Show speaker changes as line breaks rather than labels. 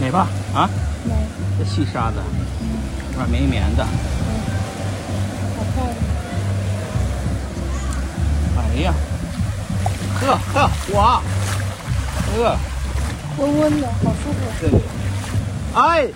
哪把啊？
来，
这细沙子，嗯软绵绵的。
好看。
哎呀，呵呵，哇，呵，
温温的，好舒服。
对，哎，